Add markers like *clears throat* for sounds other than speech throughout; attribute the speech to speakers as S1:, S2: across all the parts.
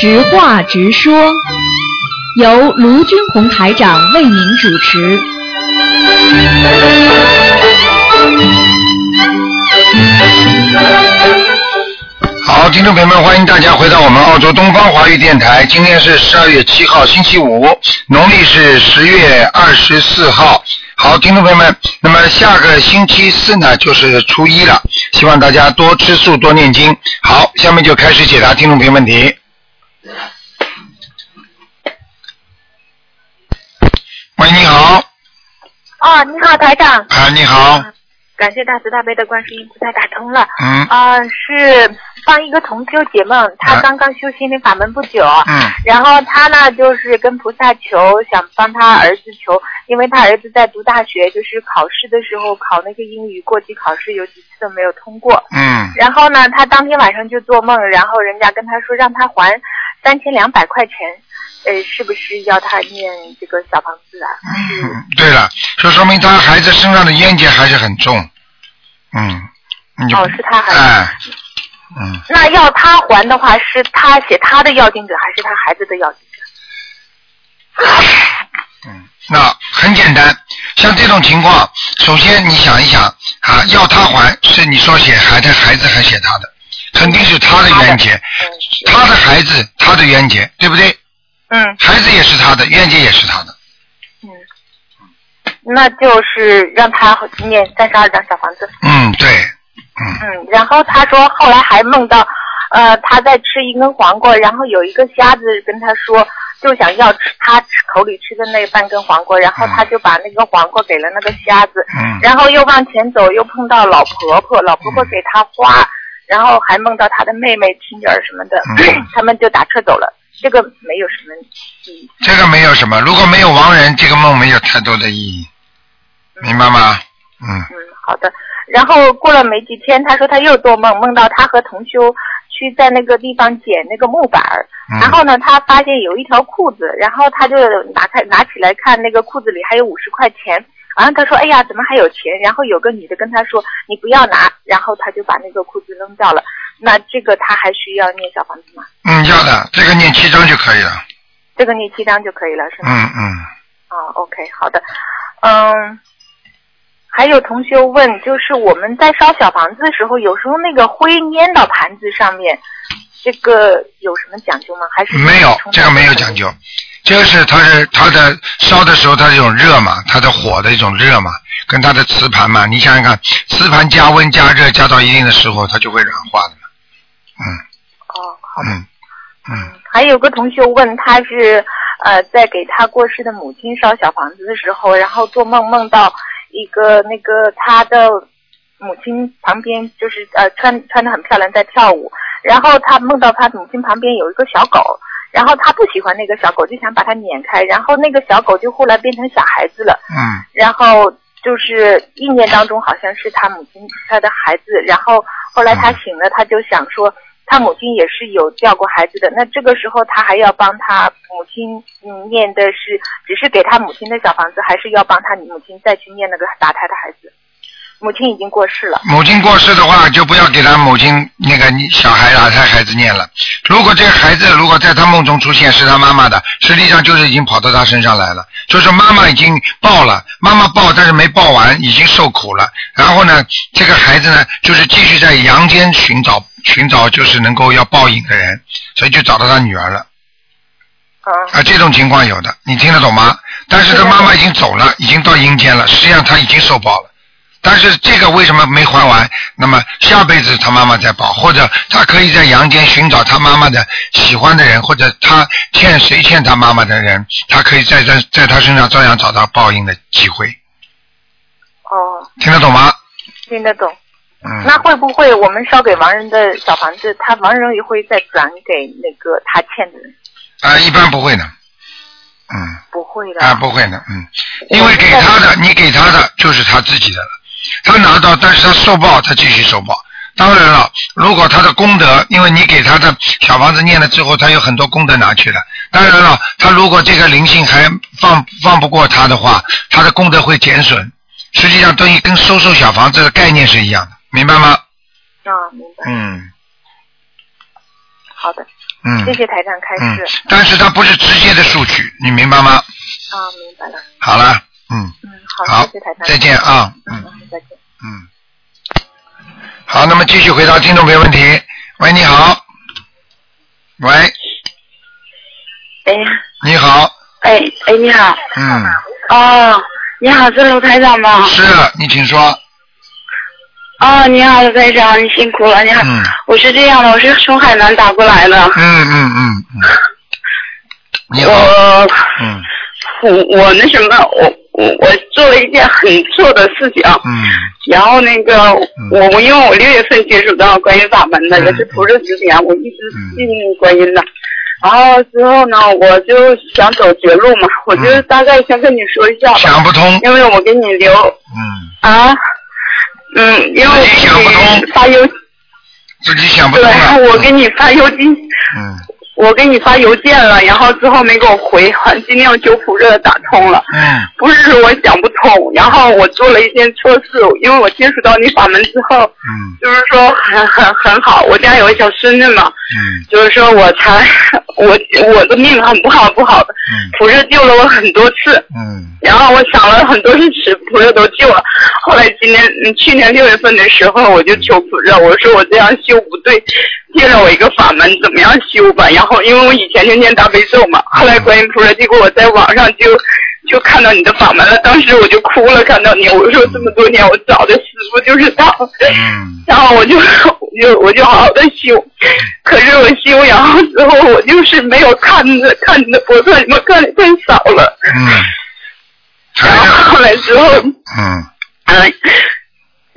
S1: 直话直说，由卢军红台长为您主持。
S2: 好，听众朋友们，欢迎大家回到我们澳洲东方华语电台。今天是十二月七号，星期五，农历是十月二十四号。好，听众朋友们，那么下个星期四呢，就是初一了，希望大家多吃素，多念经。好，下面就开始解答听众朋友问题。喂，你好，
S3: 哦，你好，台长，
S2: 啊，你好，
S3: 感谢大慈大悲的观世音菩萨打通了。
S2: 嗯
S3: 啊、是帮一个同修解梦，
S2: 啊
S3: 他刚刚修心灵法门不久，
S2: 嗯
S3: 然后他呢就是跟菩萨求，想帮他儿子求，因为他儿子在读大学，就是考试的时候考那个英语过级考试有几次都没有通过，
S2: 嗯
S3: 然后呢，他当天晚上就做梦，然后人家跟他说让他还三千两百块钱，呃，是不是要他念这个小房子啊？
S2: 嗯，对了，就说明他孩子身上的冤结还是很重。嗯，你就
S3: 哦，是他孩子。
S2: 哎，嗯。
S3: 那要他还的话，是他写他的要经者，还是他孩子的要经者？
S2: 那很简单，像这种情况，首先你想一想啊，要他还是你说写孩子，孩子还写他的，肯定是他的冤结，他的孩子他的冤结，对不对？
S3: 嗯
S2: 孩子也是他的，冤结也是他的，
S3: 嗯，那就是让他念三十二张小房子。
S2: 嗯，对，嗯，
S3: 嗯，然后他说后来还梦到，呃，他在吃一根黄瓜，然后有一个瞎子跟他说，就想要吃他吃口里吃的那半根黄瓜，然后他就把那个黄瓜给了那个瞎子，
S2: 嗯，
S3: 然后又往前走，又碰到老婆婆，老婆婆给他花，然后还梦到他的妹妹、亲女儿什么的，
S2: 嗯
S3: *clears throat* 他们就打车走了。这个没有什么意义。
S2: 这个没有什么，如果没有亡人，这个梦没有太多的意义，明白吗？嗯
S3: 嗯，好的。然后过了没几天，他说他又做梦，梦到他和同修去在那个地方捡那个木板儿，然
S2: 嗯
S3: 后呢，他发现有一条裤子，然后他就拿开拿起来看，那个裤子里还有五十块钱。然后他说：“哎呀，怎么还有钱？”然后有个女的跟他说：“你不要拿。”然后他就把那个裤子扔掉了。那这个他还需要念小房子吗？
S2: 嗯，要的，这个念七章就可以了，
S3: 这个念七章就可以了，是吗？
S2: 嗯嗯，
S3: 啊、o k 好的。嗯，还有同学问，就是我们在烧小房子的时候，有时候那个灰粘到盘子上面，这个有什么讲究吗？还是
S2: 没有，这个没有讲。究，这个是它是它的烧的时候它这种热嘛，它的火的一种热嘛，跟它的磁盘嘛，你想想看，磁盘加温加热加到一定的时候，它就会软化的嘛。
S3: 哦，好的。
S2: 嗯嗯
S3: 还有个同学问，他是呃在给他过世的母亲烧小房子的时候，然后做梦梦到一个那个他的母亲旁边就是呃穿穿的很漂亮在跳舞，然后他梦到他母亲旁边有一个小狗，然后他不喜欢那个小狗，就想把它撵开，然后那个小狗就后来变成小孩子了，
S2: 嗯
S3: 然后就是意念当中好像是他母亲他的孩子，然后后来
S2: 嗯
S3: 他醒了，他就想说他母亲也是有掉过孩子的，那这个时候他还要帮他母亲嗯念的是只是给他母亲的小房子，还是要帮他母亲再去念那个打胎的孩子？母亲已经过世了，
S2: 母亲过世的话，就不要给他母亲那个小孩啊，他孩子念了。如果这个孩子如果在他梦中出现是他妈妈的，实际上就是已经跑到他身上来了，就是妈妈已经抱了，妈妈抱但是没抱完，已经受苦了。然后呢，这个孩子呢，就是继续在阳间寻找寻找，就是能够要报应的人，所以就找到他女儿了
S3: 嗯，
S2: 啊。这种情况有的，你听得懂吗？但是他妈妈已经走了，已经到阴间了，实际上他已经受报了。但是这个为什么没还完？那么下辈子他妈妈再报，或者他可以在阳间寻找他妈妈的喜欢的人，或者他欠谁欠他妈妈的人，他可以在在在他身上照样找到报应的机会，
S3: 哦，
S2: 听得懂吗？
S3: 听得懂。
S2: 嗯，
S3: 那会不会我们烧给亡人的小房子，他亡人也会再转给那个他欠的人？
S2: 啊，一般不会的，嗯。
S3: 不会的。
S2: 啊，不会的，嗯，因为给他的，你给他的就是他自己的了，他拿到，但是他受报，他继续受报。当然了，如果他的功德，因为你给他的小房子念了之后，他有很多功德拿去了。当然了，他如果这个灵性还放放不过他的话，他的功德会减损。实际上，等于跟收受小房子的概念是一样的，明白吗？
S3: 啊，明白。
S2: 嗯，
S3: 好的。
S2: 嗯
S3: 谢谢台长开
S2: 嗯
S3: 示。，
S2: 但是它不是直接的数据，你明白吗？
S3: 啊，明白了。
S2: 好了，嗯，
S3: 嗯，
S2: 好
S3: 谢谢台长。
S2: 再见啊，
S3: 嗯
S2: 嗯。，
S3: 再见。
S2: 嗯，好，那么继续回答听众朋友问题。喂，你好，喂，
S4: 哎呀，
S2: 你好，
S4: 哎哎，你好，
S2: 嗯，
S4: 哦，你好，是卢台长吗？
S2: 是你请说，
S4: 哦，你好，卢台长，你辛苦了，你好，
S2: 嗯
S4: 我是这样的，我是从海南打过来的，
S2: 嗯嗯嗯嗯，你好，
S4: 我
S2: 嗯
S4: 我我那什么，我我我做了一件很错的事情，
S2: 嗯
S4: 然后那个我我因为我六月份接触到观音法门的，
S2: 嗯
S4: 也是徒日之前，我一直
S2: 嗯
S4: 信观音的。然后之后呢，我就想走绝路嘛，我就
S2: 嗯
S4: 大概先跟你说一下吧，
S2: 想不通，
S4: 因为我给你留
S2: 嗯，
S4: 啊，嗯，因为我
S2: 自己哎想不
S4: 给
S2: 通
S4: 你发邮，
S2: 自己想不
S4: 对
S2: 通了，，
S4: 我给你发邮件，
S2: 嗯
S4: 我给你发邮件了，然后之后没给我回，好像今天我九普热打通了。
S2: 嗯
S4: 不是我想不通，然后我做了一件错事，因为我接触到你法门之后，
S2: 嗯
S4: 就是说很很很好，我家有个小孙子嘛，
S2: 嗯
S4: 就是说我才 *laughs* 我我的命很不好不好的，菩萨救了我很多次，
S2: 嗯嗯
S4: 然后我想了很多次，菩萨都救了。后来今年嗯去年六月份的时候，我就求菩萨，我说我这样修不对，借了我一个法门，怎么样修吧？然后因为我以前天天大悲咒嘛，后来观音菩萨就给我在网上就。就看到你的法门了，当时我就哭了，看到你，我说这么多年我找的师傅就是他，
S2: 嗯
S4: 然后我就我就我就好好的修，可是我修然后之后我就是没有看着看你的博客，你们看的太少了。
S2: 嗯，台
S4: 然
S2: 长，
S4: 后后来之后，
S2: 嗯
S4: 嗯， *laughs*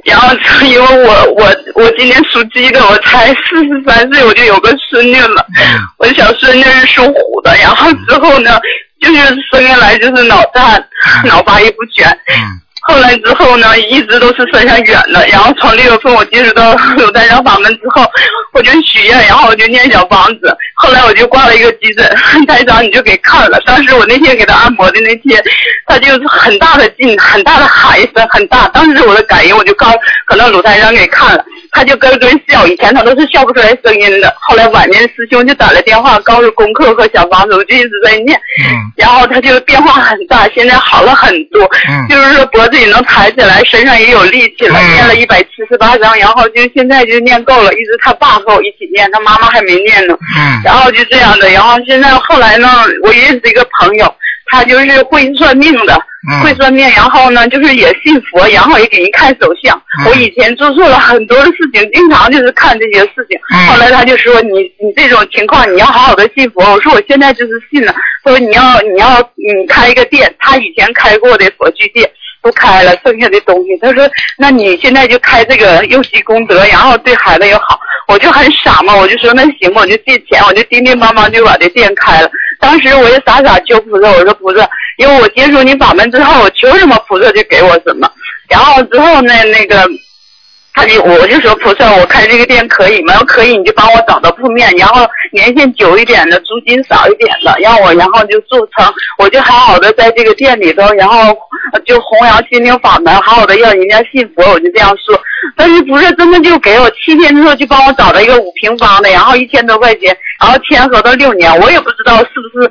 S4: 然后因为我我我今年属鸡的，我才四十三岁，我就有个孙女了。
S2: 嗯
S4: 我小孙女是属虎的，然后之后呢，就是生下来就是脑瘫，脑发育不全。
S2: 嗯
S4: 后来之后呢，一直都是身上远的。然后从六月份我接触到 *laughs* 有丹上法门之后，我就许愿，然后我就念小房子。后来我就挂了一个急诊，台长你就给看了。当时我那天给他按摩的那天，他就是很大的劲，很大的喊一声，很大。当时我的感应我就告，可能鲁台长给看了，他就咯咯笑。以前他都是笑不出来声音的。后来晚年师兄就打了电话告诉功课和小房子，我就一直在念。
S2: 嗯
S4: 然后他就变化很大，现在好了很多，
S2: 嗯
S4: 就是说脖子也能抬起来，身上也有力气了，
S2: 嗯
S4: 念了一百七十八章，然后就现在就念够了，一直他爸和我一起念，他妈妈还没念呢，
S2: 嗯
S4: 然后就这样的，然后现在后来呢，我认识一个朋友，他就是会算命的，会
S2: 嗯
S4: 算命，然后呢，就是也信佛，然后也给人看手相。
S2: 嗯
S4: 我以前做错了很多的事情，经常就是看这些事情。
S2: 嗯
S4: 后来他就说你你这种情况你要好好的信佛。我说我现在就是信了。他说你要你要你开一个店，他以前开过的佛具店都开了，剩下的东西他说那你现在就开这个又积功德，然后对孩子又好。我就很傻嘛，我就说那行吧，我就借钱，我就叮叮当当就把这店开了。当时我就傻傻求菩萨，我说菩萨，因为我接触你法门之后，我求什么菩萨就给我什么。然后之后呢，那个他就我就说菩萨，我开这个店可以吗？要可以你就帮我找到铺面，然后年限久一点的，租金少一点的，让我然后就做成，我就好好的在这个店里头，然后呃就弘扬心灵法门，好好的让人家信佛，我就这样说。但是菩萨真的就给我七天之后就帮我找到一个五平方的，然后一千多块钱，然后签合同六年，我也不知道是不是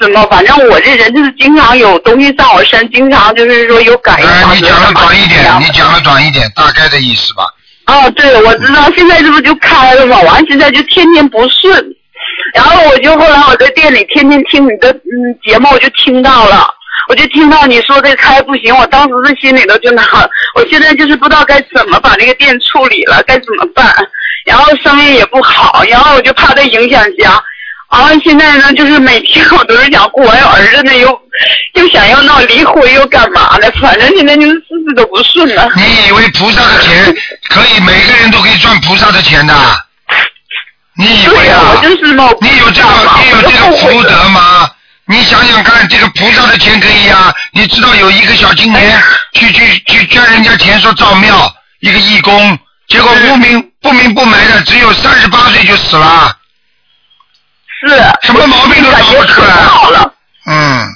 S4: 什么，反正我这人就是经常有东西上我身，经常就是说有感应啥
S2: 哎，
S4: 的。
S2: 你讲的短一
S4: 然
S2: 点，
S4: 后
S2: 你讲的短一点，大概的意思吧。
S4: 哦，对，我知道，现在这不就开了吗？完，现在就天天不顺，然后我就后来我在店里天天听你的嗯节目，我就听到了，我就听到你说这开不行，我当时这心里头就那，我现在就是不知道该怎么把这个店处理了，该怎么办，然后生意也不好，然后我就怕它影响家。然后现在呢，就是每天我都是想过，完儿子呢又又想要闹离婚，又干嘛的？反正现在就是事事都不顺了。
S2: 你以为菩萨的钱可以每个人都可以赚菩萨的钱的？你以
S4: 对
S2: 为
S4: 呀、
S2: 啊
S4: 我？就是嘛，我不
S2: 你有这
S4: 知道 *laughs*
S2: 个
S4: 嘛
S2: 你有
S4: 我就
S2: 这
S4: 后
S2: 个
S4: 悔
S2: 福德吗？你想想看，这个菩萨的钱可以啊！你知道有一个小青
S4: 哎
S2: 年去去去捐人家钱说造庙，一个义工，结果
S4: 嗯
S2: 不明不明不白的，只有三十八岁就死了，
S4: 是
S2: 什么毛病都
S4: 感
S2: 找
S4: 觉
S2: 不出
S4: 可
S2: 来。
S4: 好了。
S2: 嗯，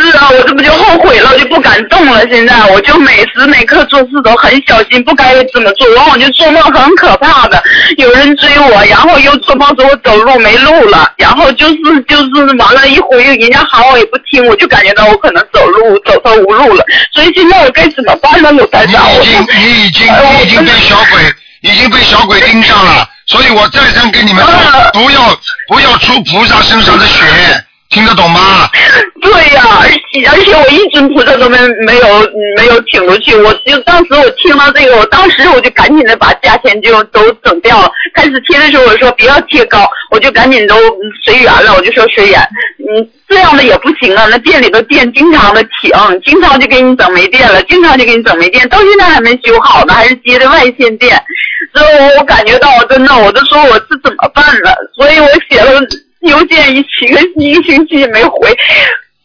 S4: 是啊，啊，我这不就后悔了，我就不敢动了。现在我就每时每刻做事都很小心，不该这么做。往往就做梦很可怕的，有人追我，然后又做梦说我走路没路了，然后就是就是完了，一会儿又人家喊我也不听，我就感觉到我可能走路走投无路了。所以现在我该怎么办呢，鲁台
S2: 你
S4: 长？哎我
S2: 已
S4: 哎
S2: 经你已经你已经被小
S4: *laughs*
S2: 鬼已经被小鬼盯上了，所以我再三跟你们说，不要不要出菩萨身上的血，听得懂吗？
S4: 对呀、而且而且我一尊菩萨都没没有没有请出去，我就当时我听到这个，我当时我就赶紧的把价钱就都整掉了。开始贴的时候我说不要贴高，我就赶紧都随缘了，我就说随缘。嗯，这样的也不行啊，那店里头电经常的停，经常就给你整没电了，经常就给你整没电，到现在还没修好呢，还是接的外线电。所以我我感觉到真的，我都说我这怎么办呢？所以我写了邮件一几个一个星期也没回，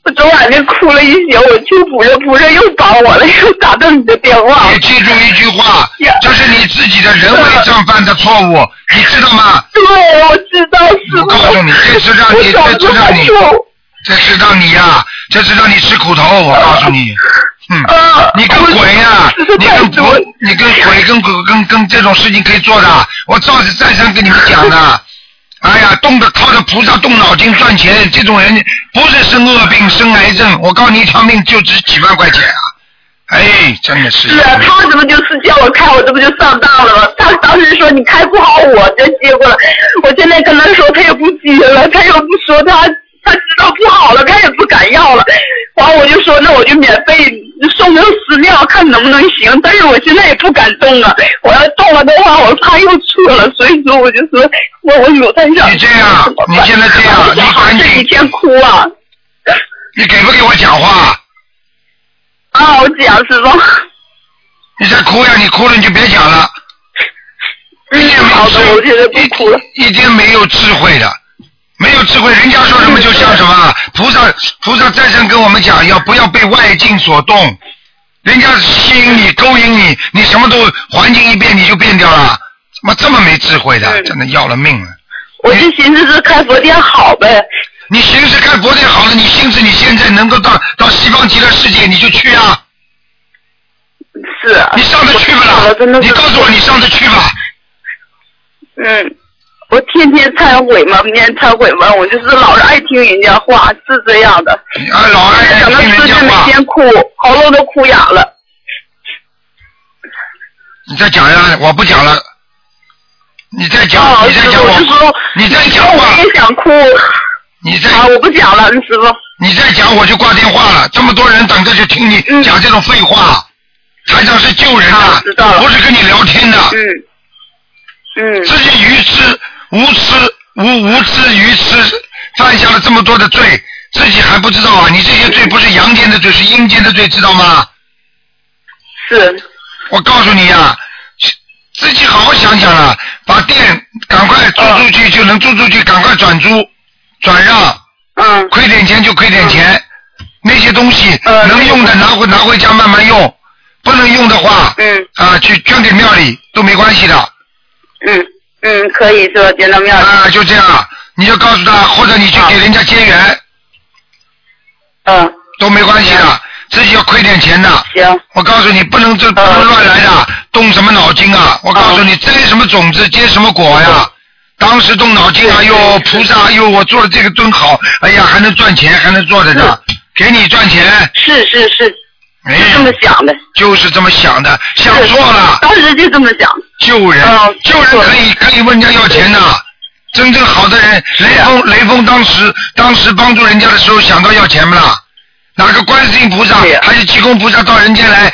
S4: 我昨晚就哭了一宿。我求菩萨，菩萨又帮我了，又打到你的电话。
S2: 你记住一句话
S4: 呀，
S2: 这是你自己的人为上犯的错误，你知道吗？
S4: 对，我知道师
S2: 我
S4: 傅，
S2: 告诉你，这是让你，
S4: 我早
S2: 这
S4: 就是
S2: 让
S4: 很
S2: 你，
S4: 痛。
S2: 这是让你呀、这是让你吃苦头。我告诉你，嗯，
S4: *laughs* 啊，
S2: 你跟鬼呀、
S4: 我是
S2: 你
S4: 太
S2: 跟
S4: 多
S2: 鬼，你跟鬼跟鬼跟跟这种事情可以做的，啊我照着再三跟你们讲的。哎呀，动的靠着菩萨动脑筋赚钱，这种人不是生恶病生癌症，我告诉你，一条命就值几万块钱啊！哎，真的是。
S4: 是啊，他这不就是叫我开，我这不就上当了吗？他当时说你开不好，我就接过来。我现在跟他说，他也不接了，他又不说他他知道不好了，他也不敢要了。完我就说那我就免费送个饲料，看能不能行。但是我现在也不敢动啊，我要动了的话，我怕又错了。所以说我就说我我有在想
S2: 你这样
S4: 怎么办
S2: 你现在这样
S4: 我
S2: 你赶紧
S4: 这几天哭啊
S2: 你给不给我讲话？
S4: 啊！我讲师傅，
S2: 你在哭呀？你哭了你就别讲了。
S4: 嗯，好的，我现在不哭了。
S2: 一点没有智慧的，没有智慧，人家说什么就像什么。菩萨菩萨再三跟我们讲，要不要被外境所动，人家吸引你、勾引你，你什么都环境一变你就变掉了，怎么这么没智慧的？
S4: 嗯
S2: 真的要了命了！
S4: 我
S2: 哎
S4: 就寻思是开佛店好呗，
S2: 你形势看佛殿好了，你心思你现在能够到到西方极乐世界，你就去啊！
S4: 是。
S2: 你上次去不
S4: 我知道了啊真
S2: 啦？
S4: 的
S2: 你
S4: 是
S2: 告，诉我你上次去吧。
S4: 嗯，我天天忏悔嘛，天天忏悔嘛，我就是老是爱听人家话，是这样的。
S2: 你啊，老爱
S4: 想到
S2: 听人
S4: 最
S2: 家
S4: 近每
S2: 话，
S4: 天哭，喉咙都哭哑了。
S2: 你再讲呀，我不讲了。你再讲，
S4: 啊，
S2: 你再
S4: 师
S2: 讲
S4: 傅，我就说，
S2: 你再讲吧
S4: 哦我也想哭啊，
S2: 你再
S4: 我不讲了，师傅。
S2: 你再讲我就挂电话了，这么多人等着就听你
S4: 嗯
S2: 讲这种废话。台长是救人
S4: 啊知道
S2: 的，
S4: 了
S2: 不是跟你聊天的。
S4: 嗯嗯
S2: 自己愚痴、无知、无无知、愚痴，犯下了这么多的罪，自己还不知道啊！你这些罪不是阳间的罪，是阴间的罪，知道吗？
S4: 是
S2: 我告诉你呀、自己好好想想啊，把店赶快租出去，就能租出去，赶快转租、转让，
S4: 嗯
S2: 亏点钱就亏点钱，那些东西
S4: 呃
S2: 能用的拿回拿回家慢慢用，不能用的话
S4: 嗯
S2: 啊，去捐给庙里都没关系的
S4: 嗯嗯，可以说见到面了。
S2: 啊，就这样，你就告诉他，或者你去给人家结缘
S4: 嗯，
S2: 都没关系的，自己要亏点钱的。
S4: 行，
S2: 我告诉你，不能
S4: 啊
S2: 这不能乱来的，动什么脑筋啊！我告诉你，栽什么种子结什么果呀！
S4: 啊
S2: 当时动脑筋，哎呦，菩萨，哎呦，我做了这个真好，哎呀，还能赚钱，还能做着呢，给你赚钱，
S4: 是是是，是
S2: 哎，
S4: 这么想的。
S2: 就是这么想的，想
S4: 是啊
S2: 错了，
S4: 当时就这么想。
S2: 救人
S4: 嗯，
S2: 救人可以可以问人家要钱的，真正好的人，
S4: 啊
S2: 雷锋雷锋当时当时帮助人家的时候想到要钱不啦？哪个观世音菩萨
S4: 对呀
S2: 还是济公菩萨到人间来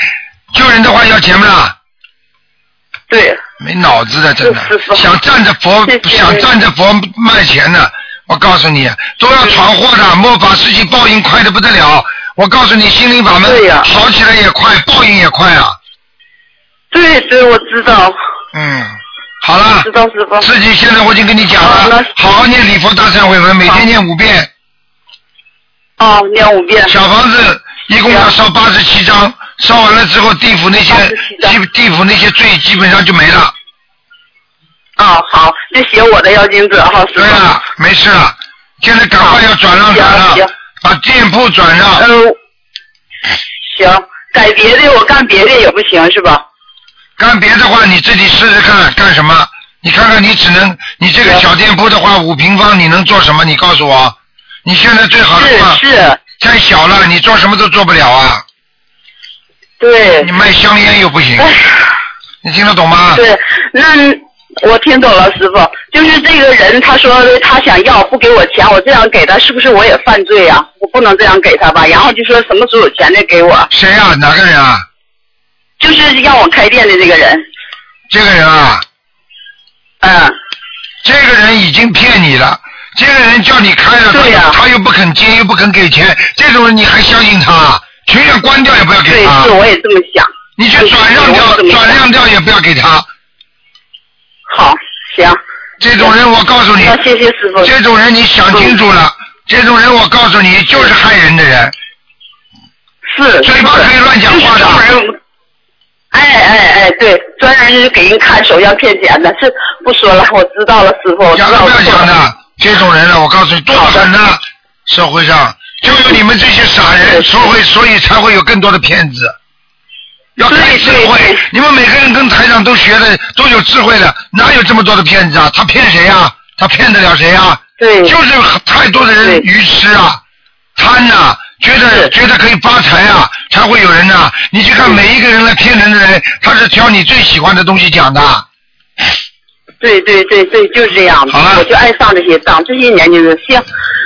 S2: 救人的话要钱不啦？
S4: 对，
S2: 没脑子的，真的
S4: 是是是
S2: 想占着佛
S4: 谢谢
S2: 想占着佛卖钱的，我告诉你，都要闯祸的。
S4: 嗯
S2: 末法时期报应快的不得了，我告诉你，心灵法门
S4: 对呀
S2: 好起来也快，报应也快啊。
S4: 对对，我知道，
S2: 嗯，好了
S4: 知，道师傅。
S2: 自己现在我已经跟你讲
S4: 好
S2: 了
S4: 那，
S2: 好好念礼佛大忏悔文，每天念五遍。
S4: 哦，念五遍。
S2: 小房子一共要烧八十七张，烧完了之后，地府那些
S4: 87张
S2: 地地府那些罪基本上就没了。
S4: 哦，好，就写我的妖精者哈，师
S2: 对
S4: 傅。
S2: 了，没事了，现在赶快要转让
S4: 行
S2: 转让
S4: 行，
S2: 把店铺转让，
S4: 嗯，行，改别的我干别的也不行是吧？
S2: 干别的话，你自己试试看干什么？你看看，你只能你这
S4: 嗯
S2: 个小店铺的话，五平方你能做什么？你告诉我，你现在最好的话
S4: 是是，
S2: 太小了，你做什么都做不了啊！
S4: 对
S2: 你。卖香烟又不行，
S4: 哎
S2: 你听得懂吗？
S4: 对，那我听懂了，师傅，就是这个人他说他想要不给我钱，我这样给他是不是我也犯罪呀、我不能这样给他吧？然后就说什么时候有钱再给我，
S2: 谁啊？哪个人啊？
S4: 就是让我开店的这个人，
S2: 这个人啊，
S4: 嗯，
S2: 这个人已经骗你了，这个人叫你开了，他
S4: 对呀
S2: 他又不肯接，又不肯给钱，这种人你还相信他？情愿关掉也不要给
S4: 对，
S2: 他
S4: 是，我也这么想。
S2: 你去转让
S4: 我
S2: 掉，
S4: 怎么
S2: 转让掉也不要给他。
S4: 好，行，
S2: 这种人我告诉你，
S4: 哦那谢谢师傅。
S2: 哎这种人你想清楚了，这种人我告诉你就是害人的人，
S4: 是
S2: 嘴巴可以乱讲话的
S4: 就是专门哎哎哎，对，专人就是给人看手要骗钱的，是不说了，我知道了，师傅，我哦知
S2: 讲
S4: 道哦
S2: 都不
S4: 我
S2: 要
S4: 错
S2: 讲
S4: 了。
S2: 的，这种人了，我告诉你多得很呢，社会上就有你们这些傻
S4: 哦
S2: 人，社会所以才会有更多的骗子。要
S4: 对
S2: 开智
S4: 对
S2: 慧
S4: 对，
S2: 你们每个人跟台长都学的都有智慧的，哪有这么多的骗子啊？他骗谁呀、他骗得了谁呀、
S4: 对，
S2: 就是太多的人
S4: 嗯对
S2: 愚痴啊、贪呐、觉得
S4: 是嗯
S2: 觉得可以发财啊，才会有人呐、你去看每一个人来骗人的人，他是挑你最喜欢的东西讲的。
S4: 对对对对，就是这样。
S2: 好了
S4: 我就爱上这些当，这些年就是行。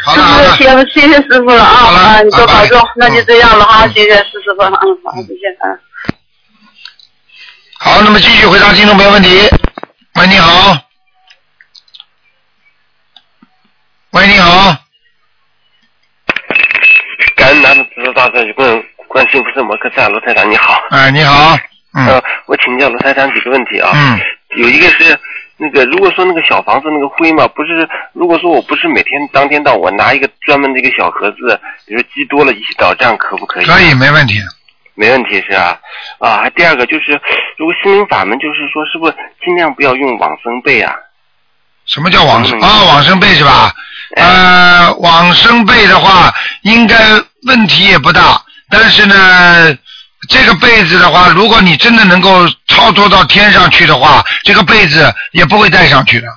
S2: 好
S4: 师
S2: 了好了
S4: 傅，行，谢谢师傅了
S2: 好
S4: 啊！
S2: 了
S4: 啊，你多
S2: 拜拜
S4: 保重，那就这样了哈，
S2: 嗯
S4: 谢谢师傅，嗯，好，谢谢，嗯。
S2: 好，那么继续回答听众朋友问题。喂，你好。喂，你好。
S5: 感恩南无慈悲大圣观观世音菩萨摩诃萨罗台长你好，
S2: 哎，你好。嗯
S5: 呃，我请教罗台长几个问题啊，
S2: 嗯，
S5: 有一个是那个如果说那个小房子那个灰嘛，不是如果说我不是每天当天到我拿一个专门的一个小盒子，比如说积多了一起倒这样可不可以？
S2: 可以，没问题。
S5: 没问题是啊，啊，第二个就是如果心灵法门就是说是不是尽量不要用往生被啊？
S2: 什么叫往生
S5: 嗯
S2: 啊？往生被是吧？呃，往生被的话，应该问题也不大，但是呢，这个被子的话，如果你真的能够超脱到天上去的话，这个被子也不会带上去的。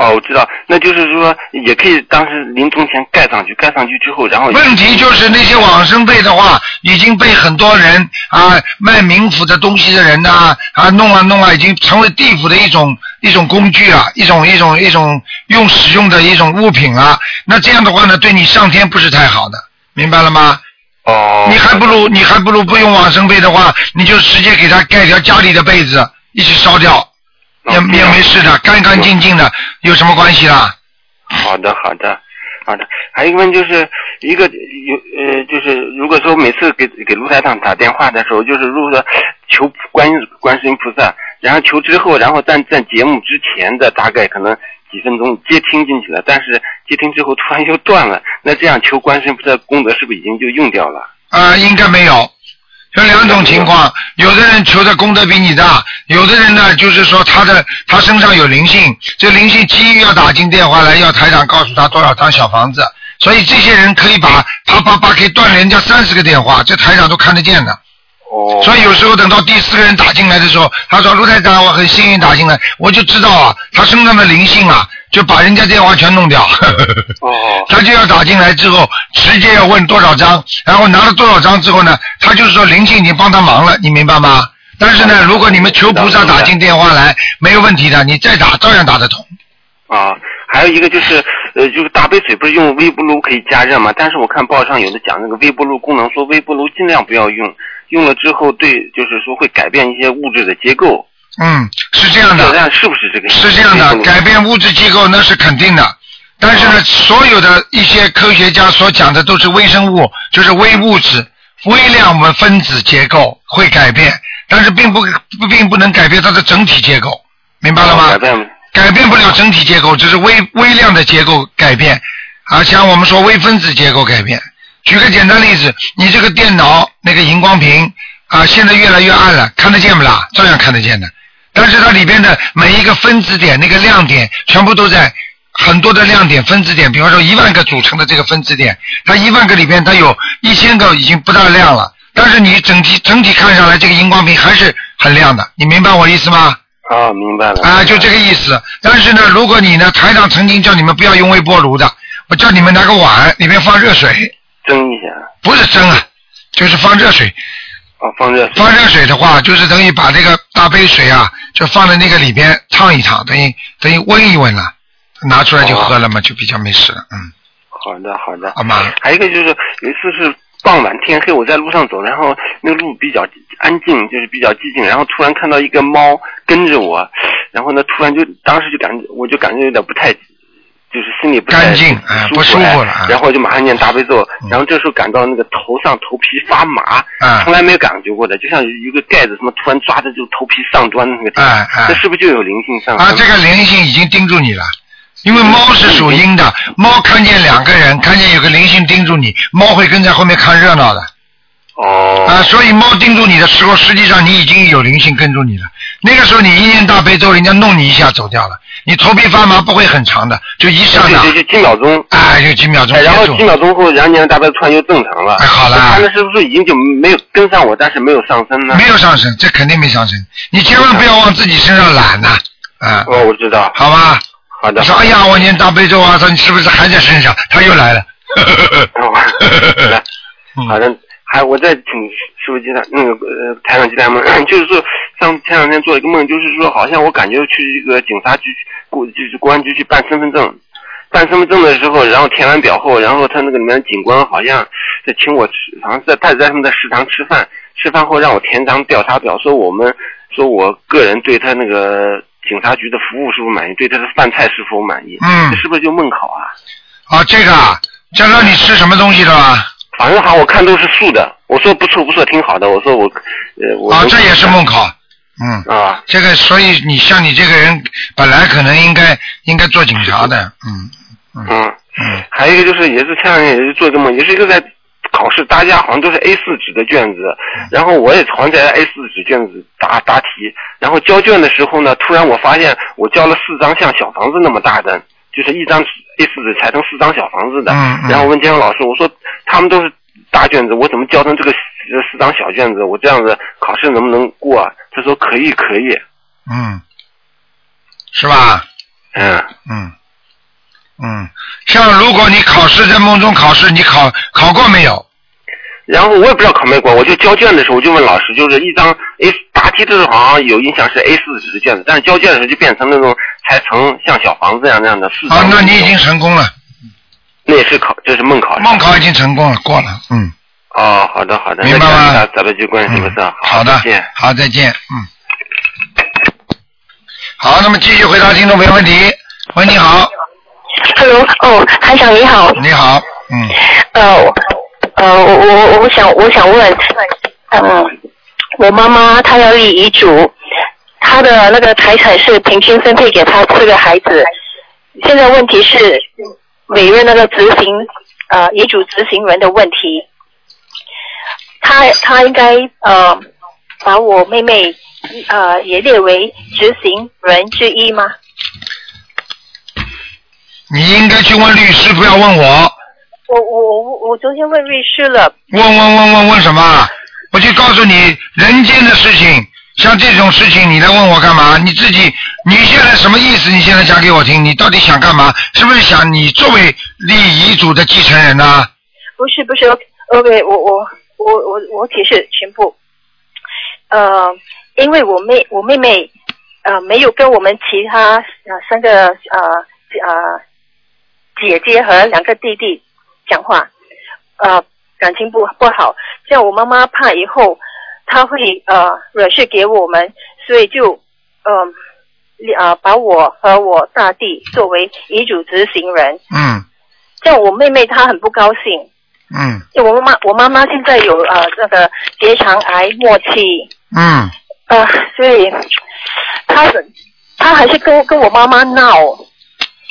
S5: 哦，我知道，那就是说也可以当时临终前盖上去，盖上去之后，然后
S2: 问题就是那些往生被的话，已经被很多人啊卖冥府的东西的人呐啊弄啊弄啊，已经成为地府的一种一种工具了，一种一种一种用使用的一种物品了。那这样的话呢，对你上天不是太好的，明白了吗？
S5: 哦，
S2: 你还不如你还不如不用往生被的话，你就直接给他盖条家里的被子一起烧掉，也
S5: 哦
S2: 也没事的，干干净净的，有什么关系啦？
S5: 好的，好的，好的。还有一个问题就是一个有呃，就是如果说每次给给卢台长打电话的时候，就是如果说求观音观世音菩萨，然后求之后，然后在在节目之前的大概可能几分钟接听进去了，但是接听之后突然又断了，那这样求观世音菩萨功德是不是已经就用掉了？
S2: 啊，应该没有。有两种情况，有的人求的功德比你大，有的人呢，就是说他的他身上有灵性，这灵性急于要打进电话来，要台长告诉他多少张小房子，所以这些人可以把啪啪啪可以断人家三十个电话，这台长都看得见的。
S5: 哦
S2: 所以有时候等到第四个人打进来的时候，他说卢台长，我很幸运打进来，我就知道啊，他身上的灵性啊，就把人家电话全弄掉。 *laughs*
S5: 哦
S2: 他就要打进来之后，直接要问多少张，然后拿了多少张之后呢，他就是说灵性已经帮他忙了，你明白吗？但是呢，如果你们求菩萨打进电话来，没有问题的，你再打照样打得通。
S5: 啊，还有一个就是，呃，就是大杯水不是用微波炉可以加热嘛？但是我看报上有的讲那个微波炉功能，说微波炉尽量不要用，用了之后对，就是说会改变一些物质的结构。
S2: 嗯，是这样
S5: 这
S2: 的，
S5: 样是不是这个意思？
S2: 是这样
S5: 微波
S2: 的，嗯
S5: 炉
S2: 改变物质结构那是肯定的。但是呢，所有的一些科学家所讲的都是微生物，就是微物质、微量我们分子结构会改变，但是并不并不能改变它的整体结构，明白了吗？
S5: 哦改变
S2: 改变不了整体结构，只是微微量的结构改变，啊，像我们说微分子结构改变。举个简单例子，你这个电脑那个荧光屏啊，现在越来越暗了，看得见不啦？照样看得见的，但是它里边的每一个分子点、那个亮点，全部都在很多的亮点、分子点，比方说一万个组成的这个分子点，它一万个里边它有一千个已经不大亮了。但是你整体整体看上来，这个荧光屏还是很亮的，你明白我意思吗？
S5: 哦，明白了。
S2: 啊，就这
S5: 个。
S2: 个意思。但是呢，如果你呢，台长曾经叫你们不要用微波炉的，我叫你们拿个碗，里面放热水，
S5: 蒸一下，
S2: 不是蒸啊，就是放热水。
S5: 哦，放热水。
S2: 放热水的话，就是等于把这个大杯水啊，就放在那个里边烫一烫，等于等于温一温了，拿出来就喝了嘛，就比较没事了。嗯，
S5: 好的，好的。
S2: 好吗？
S5: 还有一个就是有一次是傍晚天黑，我在路上走，然后那个路比较安静，就是比较寂静，然后突然看到一个猫跟着我，然后呢，突然就当时就感觉我就感觉有点不太。就是心里不太
S2: 干净哎不舒服了
S5: 哎
S2: 啊
S5: 然后就马上念大悲咒
S2: 嗯，
S5: 然后这时候感到那个头上头皮发麻，
S2: 啊
S5: 从来没有感觉过的，就像有一个盖子什么突然抓着就头皮上端的那个地方，
S2: 哎哎
S5: 这是不是就有灵性上
S2: 啊，
S5: 升
S2: 这个灵性已经盯住你了。因为猫是属阴的，猫看见两个人，看见有个灵性盯住你，猫会跟在后面看热闹的。
S5: 哦，
S2: 啊，所以猫盯住你的时候，实际上你已经有灵性跟住你了。那个时候你一念大悲咒，人家弄你一下走掉了，你头皮发麻不会很长的，就一刹那
S5: 对，对，就几秒钟，
S2: 哎，就几秒钟
S5: 哎，然后
S2: 结束
S5: 几秒钟后，然后你的大悲突然又正常了。
S2: 哎好了
S5: 他们是不是已经就没有跟上我，但是没有上升呢？
S2: 没有上升，这肯定没上升。你千万不要往自己身上揽呐、啊，
S5: 哦，我知道。
S2: 好吧？
S5: 好的。
S2: 你说哎呀，我念大悲咒啊，说你是不是还在身上？他又来了。哎
S5: 好的。
S2: *laughs*
S5: 来
S2: 嗯
S5: 好的，还我再请师傅接待那个呃台长接待梦， *clears throat* 就是说上前两天做了一个梦，就是说好像我感觉去这个警察局过就是公安局去办身份证，办身份证的时候，然后填完表后，然后他那个里面的警官好像在请我吃，好像是在他在他们的食堂吃饭，吃饭后让我填张调查表，说我们说我个人对他那个警察局的服务是否满意，对他的饭菜是否满意，
S2: 嗯
S5: 这是不是就梦考啊？
S2: 啊，这个啊，这让你吃什么东西的啊吧？
S5: 反正好，我看都是素的。我说不错不错，挺好的。我说我，呃，我
S2: 啊，这也是梦考。嗯，
S5: 啊。
S2: 这个，所以你像你这个人，本来可能应该应该做警察的，嗯
S5: 嗯，
S2: 嗯，
S5: 还有一个就是也是前两天也是做一个梦，也是一个在考试，大家好像都是 A 四纸的卷子，
S2: 嗯
S5: 然后我也好像在 A 四纸卷子答答题，然后交卷的时候呢，突然我发现我交了四张像小房子那么大的，就是一张 A 四纸裁成四张小房子的，
S2: 嗯嗯
S5: 然后我问监考老师，我说他们都是大卷子，我怎么交成这个这四张小卷子？我这样子考试能不能过啊？他说可以可以，
S2: 嗯，是吧？
S5: 嗯，
S2: 嗯嗯，像如果你考试在梦中考试，你考考过没有？
S5: 然后我也不知道考没过，我就交卷的时候我就问老师，就是一张 A 答题的时候好像有印象是 A 四纸的卷子，但是交卷的时候就变成那种裁成像小房子一样那样的四张。
S2: 啊，那你已经成功了，
S5: 那也是考，这是梦考。
S2: 梦考已经成功了，过了，嗯
S5: 哦，好的好的，
S2: 明白吗
S5: 那咱们咱们就关心不
S2: 嗯
S5: 是？，
S2: 好的
S5: 再见。，
S2: 好，再见，嗯。好，那么继续回答听众朋友问题。喂，你好，
S6: Hello，哦，台长你好，
S2: 你好，嗯，
S6: 呃，我呃，我我我想我想问，嗯，我妈妈她要立遗嘱，她的那个财产是平均分配给她四个孩子，现在问题是每任那个执行呃遗嘱执行人的问题，她她应该呃把我妹妹呃也列为执行人之一吗？
S2: 你应该去问律师，不要问我。
S6: 我我我我昨天问律师了，
S2: 问问问问问什么啊？我就告诉你，人间的事情，像这种事情，你来问我干嘛？你自己，你现在什么意思？你现在讲给我听，你到底想干嘛？是不是想你作为立遗嘱的继承人呢、
S6: 不是不是，OK，我我我我我解释全部。呃，因为我妹我妹妹呃没有跟我们其他呃三个呃呃姐姐和两个弟弟讲话，呃感情不不好，这样我妈妈怕以后她会呃惹事给我们，所以就嗯。呃呃，把我和我大弟作为遗嘱执行人，
S2: 嗯
S6: 这样我妹妹她很不高兴，
S2: 嗯
S6: 就我妈妈，我妈妈现在有呃那个结肠癌末期，
S2: 嗯，
S6: 呃，所以她是她还是跟跟我妈妈闹，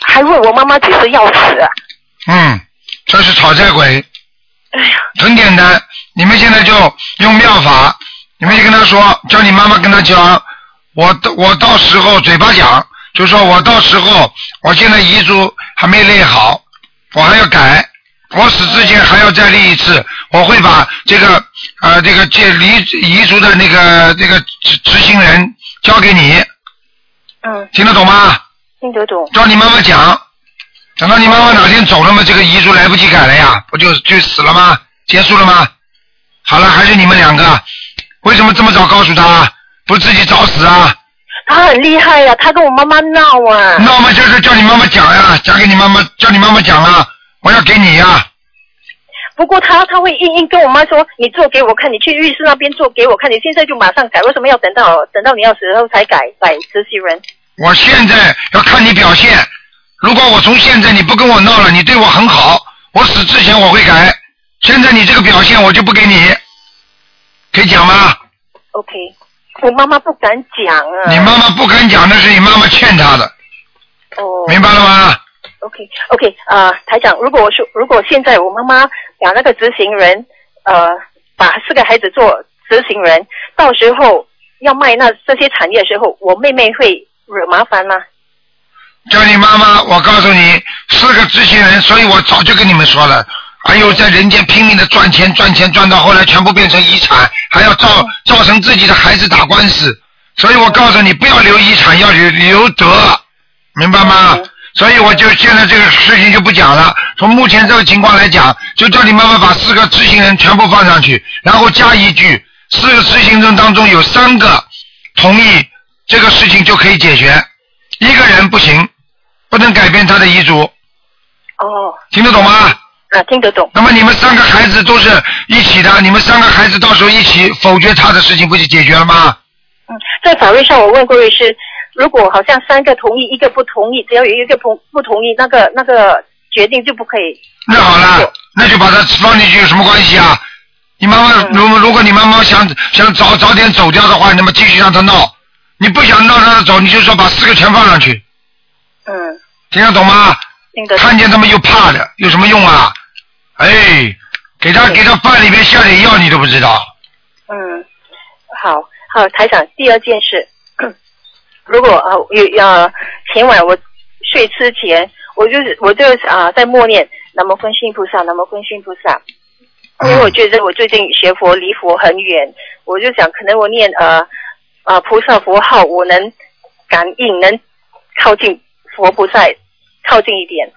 S6: 还问我妈妈几时要死、啊。
S2: 嗯，这是讨债鬼，
S6: 哎呀，
S2: 很简单。你们现在就用妙法，你们就跟他说，叫你妈妈跟他讲，我到我到时候嘴巴讲，就说我到时候，我现在遗嘱还没立好，我还要改，我死之前还要再立一次，我会把这个呃这个借离遗嘱的那个这个执执行人交给你，
S3: 嗯，
S2: 听得懂吗？
S3: 听得懂。
S2: 照你妈妈讲，等到你妈妈哪天走了嘛，这个遗嘱来不及改了呀，不就就死了吗？结束了吗？好了，还是你们两个，为什么这么早告诉他？不是自己找死啊？
S3: 他很厉害呀、他跟我妈妈闹啊。
S2: 那我们就是叫你妈妈讲呀、讲给你妈妈，叫你妈妈讲啊，我要给你呀、
S3: 不过他他会硬硬跟我妈说，你做给我看，你去浴室那边做给我看，你现在就马上改，为什么要等到等到你要死后才改改执行人？
S2: 我现在要看你表现。如果我从现在你不跟我闹了，你对我很好，我死之前我会改。现在你这个表现我就不给你，可以讲吗？
S3: OK，我妈妈不敢讲啊。
S2: 你妈妈不敢讲，那是你妈妈欠她的，
S3: 哦
S2: 明白了吗？
S3: ，OK OK，呃，台长，如果我说，如果现在我妈妈把那个执行人，呃，把四个孩子做执行人，到时候要卖那这些产业的时候，我妹妹会惹麻烦吗？
S2: 叫你妈妈，我告诉你，是个执行人，所以我早就跟你们说了。哎呦，在人间拼命的赚钱，赚钱赚到后来全部变成遗产，还要造造成自己的孩子打官司，所以我告诉你，不要留遗产，要留留德，明白吗？所以我就现在这个事情就不讲了。从目前这个情况来讲，就叫你妈妈把四个执行人全部放上去，然后加一句，四个执行人当中有三个同意，这个事情就可以解决。一个人不行，不能改变他的遗嘱，
S3: 哦，
S2: 听得懂吗？
S3: 啊，听得懂。
S2: 那么你们三个孩子都是一起的，你们三个孩子到时候一起否决他的事情，不就解决了吗？
S3: 嗯，在法律上我问过律师，如果好像三个同意，一个不同意，只要有一个同不同意，那个那个决定就不可以。
S2: 那好了，那就把他放进去有什么关系啊？你妈妈，如如果你妈妈想想早早点走掉的话，那么继续让他闹；你不想闹让他走，你就说把四个全放上去，
S3: 嗯，
S2: 听得懂吗？
S3: 听得懂
S2: 看。见他们又怕的，有什么用啊？哎，给他给他饭里面下点药，你都不知道。
S3: 嗯，好好，台长，第二件事， *coughs* 如果啊有呃前晚我睡之前，我就是我就是啊、在默念南无观世音菩萨，南无观世音菩萨，因
S2: 嗯
S3: 为我觉得我最近学佛离佛很远，我就想可能我念呃呃菩萨佛号，我能感应能靠近佛菩萨靠近一点，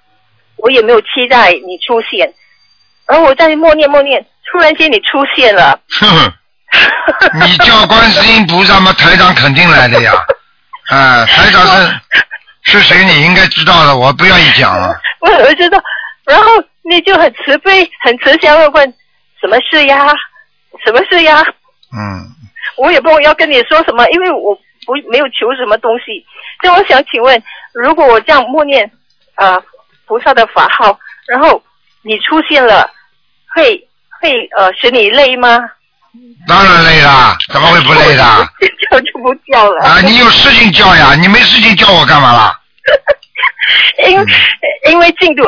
S3: 我也没有期待你出现，而我在默念默念，突然间你出现了。 *laughs*
S2: 哼哼。 *laughs* 你叫观世音菩萨嘛，台长肯定来的呀。啊，台长是是谁？你应该知道的，我不愿意讲了。
S3: 我我知道，然后你就很慈悲、很慈祥的问什么事呀，什么事呀？
S2: 嗯，
S3: 我也不知道要跟你说什么，因为我不没有求什么东西。所以我想请问，如果我这样默念呃菩萨的法号，然后你出现了，会会呃使你累吗？ *laughs*
S2: 当然累啦，怎么会不累的？啊，
S3: 叫就不叫了。
S2: 你有事情叫呀，你没事情叫我干嘛啦？
S3: 因因为净土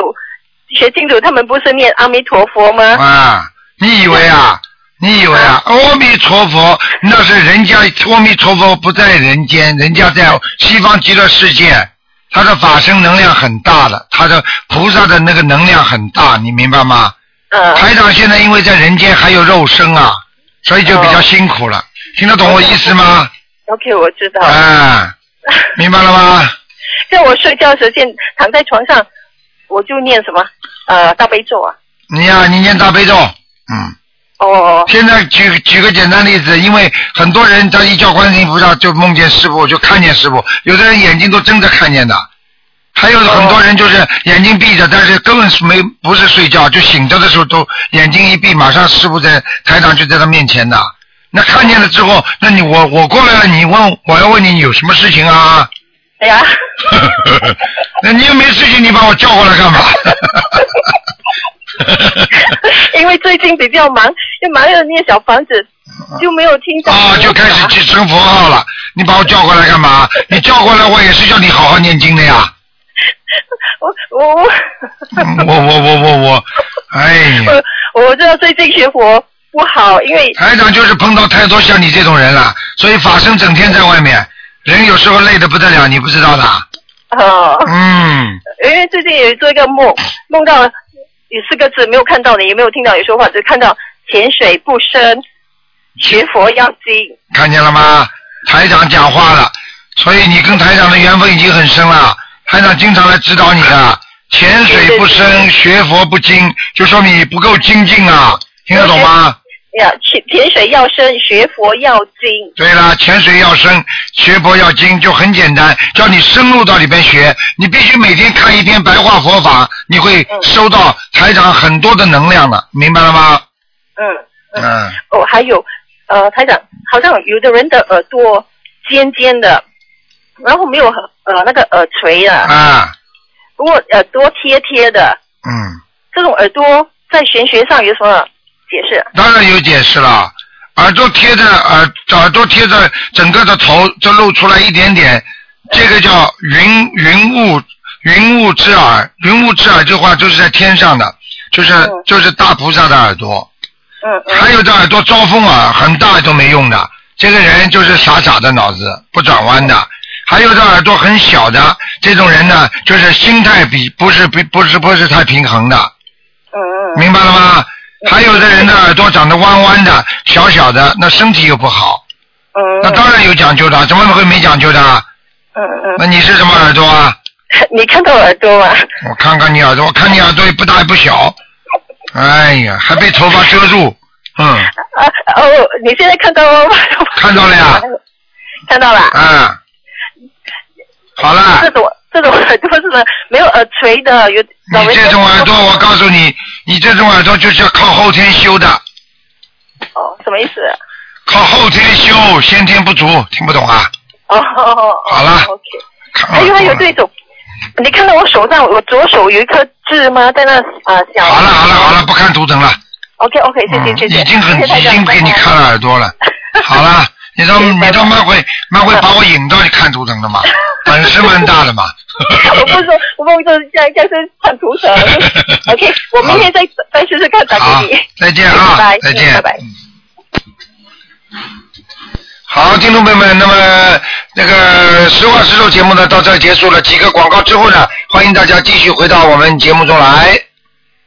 S3: 学净土，他们不是念阿弥陀佛吗？
S2: 啊，你以为啊？你以为啊？阿弥陀佛，那是人家阿弥陀佛不在人间，人家在西方极乐世界，他的法身能量很大的，他的菩萨的那个能量很大，你明白吗？*laughs*
S3: 嗯、
S2: 台长现在因为在人间还有肉身啊，所以就比较辛苦了。听得懂我意思吗？
S3: OK，我知道。
S4: 哦
S2: 哎、明白了吗？
S3: 在我睡觉时间躺在床上，我就念什么呃大悲咒啊。
S2: 你呀、你念大悲咒。嗯，
S3: 哦
S2: 现在举举个简单例子，因为很多人他一叫观世音菩萨就梦见师傅，就看见师傅，有的人眼睛都睁着看见的，还有很多人就是眼睛闭着，但是根本是没不是睡觉，就醒着的时候都眼睛一闭，马上师傅在台长就在他面前的。那看见了之后，那你我我过来了，你问我要问你有什么事情啊？ *laughs*
S3: 哎呀， *laughs*
S2: 那你又没事情，你把我叫过来干嘛？ *laughs*
S3: 因为最近比较忙，又忙着念小房子，就没有听到。
S2: 啊，就开始去称佛号了。你把我叫过来干嘛？你叫过来，我也是叫你好好念经的呀。
S3: 我我我
S2: 嗯我我我我我，哎呀，
S3: 我我知道最近学佛不好，因为
S2: 台长就是碰到太多像你这种人了，所以法身整天在外面，人有时候累得不得了，你不知道的。
S3: 呃，
S2: 嗯，
S3: 因为最近也做一个梦，梦到有四个字没有看到你，也没有听到你说话，只看到潜水不深，学佛要精，
S2: 看见了吗？台长讲话了，所以你跟台长的缘分已经很深了。台长经常来指导你的，潜水不深，学佛不精，就说明你不够精进啊，听得懂吗？
S3: 要哎潜潜水要深，学佛要精。
S2: 对了，潜水要深，学佛要精，就很简单，叫你深入到里边学，你必须每天看一篇白话佛法，你会收到台长很多的能量的，明白了吗？
S3: 嗯，
S2: 嗯，
S3: 哦，还有呃，台长，好像有的人的耳朵尖尖的，然后没有呃那个耳垂啊，
S2: 啊，
S3: 不过耳朵贴贴的，
S2: 嗯。
S3: 这种耳朵在玄学上有什么解释？
S2: 当然有解释了，耳朵贴着耳耳朵贴着整个的头，就露出来一点点，这个叫云云雾云雾之耳，云雾之耳这话就是在天上的，就是就是大菩萨的耳朵，
S3: 嗯嗯
S2: 还有这耳朵招风耳，很大都没用的，这个人就是傻傻的脑子不转弯的。还有这耳朵很小的这种人呢，就是心态比不是不不是不是太平衡的，
S3: 嗯嗯
S2: 明白了吗？还有的人的耳朵长得弯弯的、小小的，那身体又不好，
S3: 嗯
S2: 那当然有讲究的，怎么会没讲究的？
S3: 嗯嗯
S2: 那你是什么耳朵啊？
S3: 嗯， *laughs* 你看到耳朵吗？
S2: 我看看你耳朵，我看你耳朵也不大也不小，哎呀，还被头发遮住，嗯，
S3: 啊哦，你现在看到吗？ *laughs*
S2: 看到了呀，
S3: 看到了。
S2: 啊，好了
S3: 这，种这种耳朵是没有耳垂的，有老
S2: 你
S3: 人
S2: 这
S3: 家
S2: 种啊耳朵，我告诉你，你这种耳朵就是要靠后天修的，
S3: 哦，什么意思？
S2: 靠后天修，先天不足，听不懂啊？
S3: 哦，哦
S2: 好了
S3: ，OK。
S2: 看
S3: 还有还有
S2: 耳朵了啊
S3: 这种，你看到我手上我左手有一颗痣吗？在那啊、呃小。
S2: 好了好了好了，不看图腾了。
S3: OK OK，谢
S2: 嗯
S3: 谢谢谢。
S2: 已经很
S3: 谢谢台
S2: 已
S3: 长
S2: 经给你看。了耳朵
S3: *laughs*
S2: 了。好了，你都你都蛮会蛮会把我引到你看图腾的
S3: *laughs*
S2: 嘛，本事蛮大的嘛。
S3: 我不说，我不说，像像是看图
S2: *laughs*
S3: 腾。OK，我明天再再试试看，打
S2: 好
S3: 给你。，
S2: 再见啊
S3: 拜拜，
S2: 再见，
S3: 拜拜
S2: 嗯。好，听众朋友们，那么那个实话实说节目呢到这儿结束了，几个广告之后呢，欢迎大家继续回到我们节目中来。